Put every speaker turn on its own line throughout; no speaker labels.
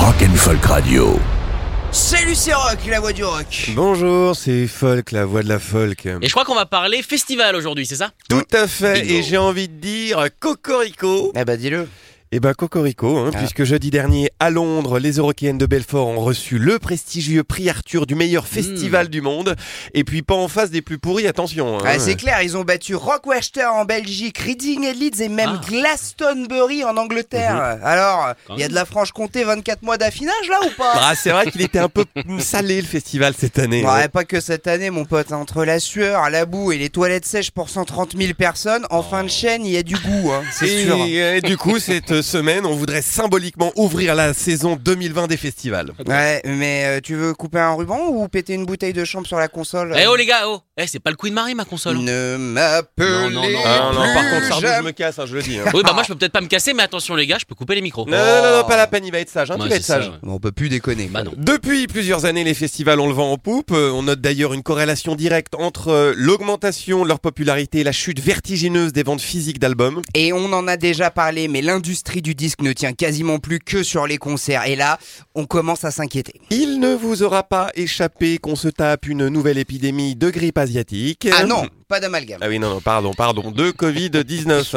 Rock and Folk Radio.
Salut c'est Rock, la voix du rock.
Bonjour, c'est Folk, la voix de la folk.
Et je crois qu'on va parler festival aujourd'hui, c'est ça
Tout à fait,
Bingo.
et j'ai envie de dire Cocorico.
Eh bah dis-le.
Eh ben Cocorico, hein, puisque jeudi dernier à Londres, les Eurockéennes de Belfort ont reçu le prestigieux prix Arthur du meilleur festival du monde. Et puis pas en face des plus pourris, attention. hein.
Ah, c'est clair, ils ont battu Rockwester en Belgique, Reading et Leeds et même
Ah.
Glastonbury en Angleterre. Alors, il y a de la Franche-Comté 24 mois d'affinage là ou pas
Ah, c'est vrai qu'il était un peu salé le festival cette année. hein.
Ouais, pas que cette année, mon pote. hein. Entre la sueur, la boue et les toilettes sèches pour 130 000 personnes, en fin de chaîne, il y a du goût, hein, c'est
Et,
sûr.
euh, du coup, cette semaine, on voudrait symboliquement ouvrir la saison 2020 des festivals.
Ouais, mais euh, tu veux couper un ruban ou péter une bouteille de chambre sur la console
Eh oh les gars, oh Eh, c'est pas le Queen Marie ma console hein.
Ne m'appelez
Non, non, non.
Ah, non, par
plus
contre, Sardou, je
jamais.
me casse, hein, je le dis. hein.
Oui, bah moi je peux peut-être pas me casser, mais attention les gars, je peux couper les micros.
Non, non, non, non, pas la peine, il va être sage, hein,
Ouais,
tu vas être
c'est ça,
sage.
ouais.
On peut plus déconner.
Bah non.
Depuis plusieurs années, les festivals ont le vent en poupe. Euh, On note d'ailleurs une corrélation directe entre euh, l'augmentation de leur popularité et la chute vertigineuse des ventes physiques d'albums.
Et on en a déjà parlé, mais l'industrie du disque ne tient quasiment plus que sur les concerts. Et là, on commence à s'inquiéter.
Il ne vous aura pas échappé qu'on se tape une nouvelle épidémie de grippe asiatique.
Ah non, pas d'amalgame.
Euh. Ah oui, non, non, pardon, pardon, de Covid-19.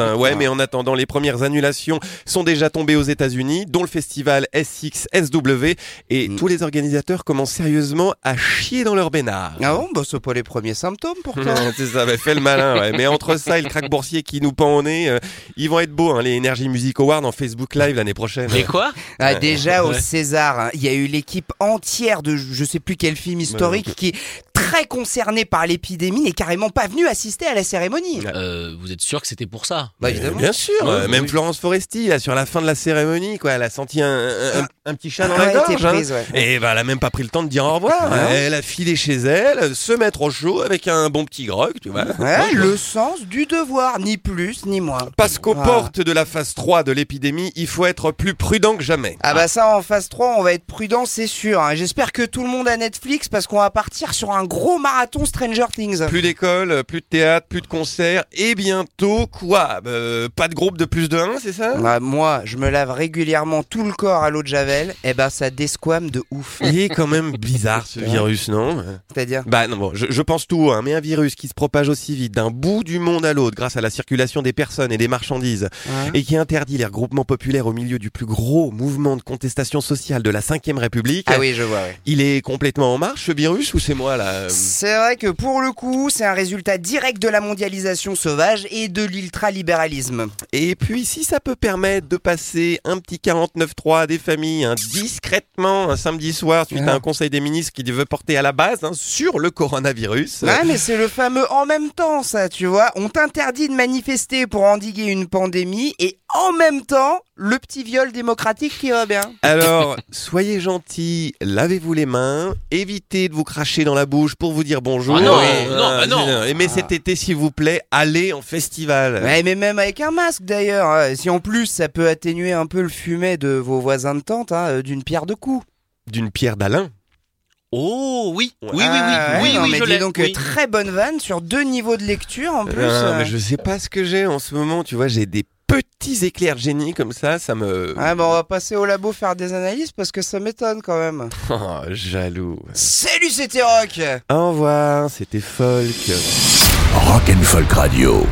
hein. Ouais, mais en attendant, les premières annulations sont déjà tombées aux États-Unis, dont le festival SXSW, et
Mm.
tous les organisateurs commencent sérieusement à chier dans leur bénard.
Ah bon, bah c'est pas les premiers symptômes pourtant.
Ouais, c'est ça, bah, fait le malin. ouais. Mais entre ça et le crack boursier qui nous pend au nez, euh, ils vont être beaux, hein, les Energy Music Awards en Facebook Live l'année prochaine.
Mais quoi
Ah, déjà au
Ouais.
César, hein, il y a eu l'équipe entière de je sais plus quel film historique qui est très concernée par l'épidémie et carrément pas venue assister à la cérémonie.
euh, Vous êtes sûr que c'était pour ça
Bah
Mais
évidemment.
Bien sûr,
Ouais,
euh,
oui.
même Florence Foresti, là, sur la fin de la cérémonie, quoi, elle a senti un, un- un- un petit chat dans
Ah. Ouais,
la
t'es
gorge. hein.
prise, ouais.
Et bah, elle a même pas pris le temps de dire au revoir. hein.
Ah non.
Elle a filé chez elle, euh, se mettre au chaud avec un bon petit grog, tu vois.
Ouais, le Ah. sens du devoir, ni plus ni moins.
Parce qu'aux
Ouais.
portes de la phase 3 de l'épidémie, il faut être plus prudent que jamais.
Ah bah ça en phase 3 on va être prudent c'est sûr. hein. J'espère que tout le monde a Netflix parce qu'on va partir sur un gros marathon Stranger Things.
Plus d'école, euh, plus de théâtre, plus de concerts, et bientôt quoi Euh, Pas de groupe de plus de 1, c'est ça
Ah, moi je me lave régulièrement tout le corps à l'eau de Javel, et ben ça desquame de ouf.
Il est quand même bizarre ce virus, non
C'est-à-dire
Bah non, bon, je, je pense tout, haut, hein, mais un virus qui se propage aussi vite d'un bout du monde à l'autre grâce à la circulation des personnes et des marchandises,
hein
et qui interdit les regroupements populaires au milieu du plus gros mouvement de contestation sociale de la 5ème République,
Ah oui je vois. ouais.
il est complètement en marche ce virus ou c'est moi là euh
C'est vrai que pour le coup c'est un résultat direct de la mondialisation sauvage et de l'ultralibéralisme.
Et puis, si ça peut permettre de passer un petit 49.3 à des familles hein, discrètement un samedi soir suite
Ah.
à un conseil des ministres qui veut porter à la base hein, sur le coronavirus.
Ouais mais c'est le fameux en même temps ça tu vois. On t'interdit de manifester pour endiguer une pandémie et en même temps le petit viol démocratique qui va bien.
Alors, soyez gentils, lavez-vous les mains, évitez de vous cracher dans la bouche pour vous dire bonjour.
Ah non,
Et, euh,
non, bah non.
et mais cet été, s'il vous plaît, allez en festival.
Ah.
Euh.
Ouais, mais même avec un masque d'ailleurs. hein. Si en plus ça peut atténuer un peu le fumet de vos voisins de tente, hein, euh, d'une pierre de coups.
D'une pierre d'Alain.
Oh oui, oui, oui, oui,
Ah, ouais,
oui,
non,
oui,
mais
je
dis
l'ai.
donc
oui.
euh, très bonne vanne sur deux niveaux de lecture en plus.
Non,
euh.
mais je sais pas ce que j'ai en ce moment, tu vois, j'ai des petits éclairs de génie comme ça, ça me...
Ouais, bah, on va passer au labo faire des analyses parce que ça m'étonne quand même.
Oh, jaloux.
Salut, c'était Rock.
Au revoir, c'était Folk.
Rock and Folk Radio.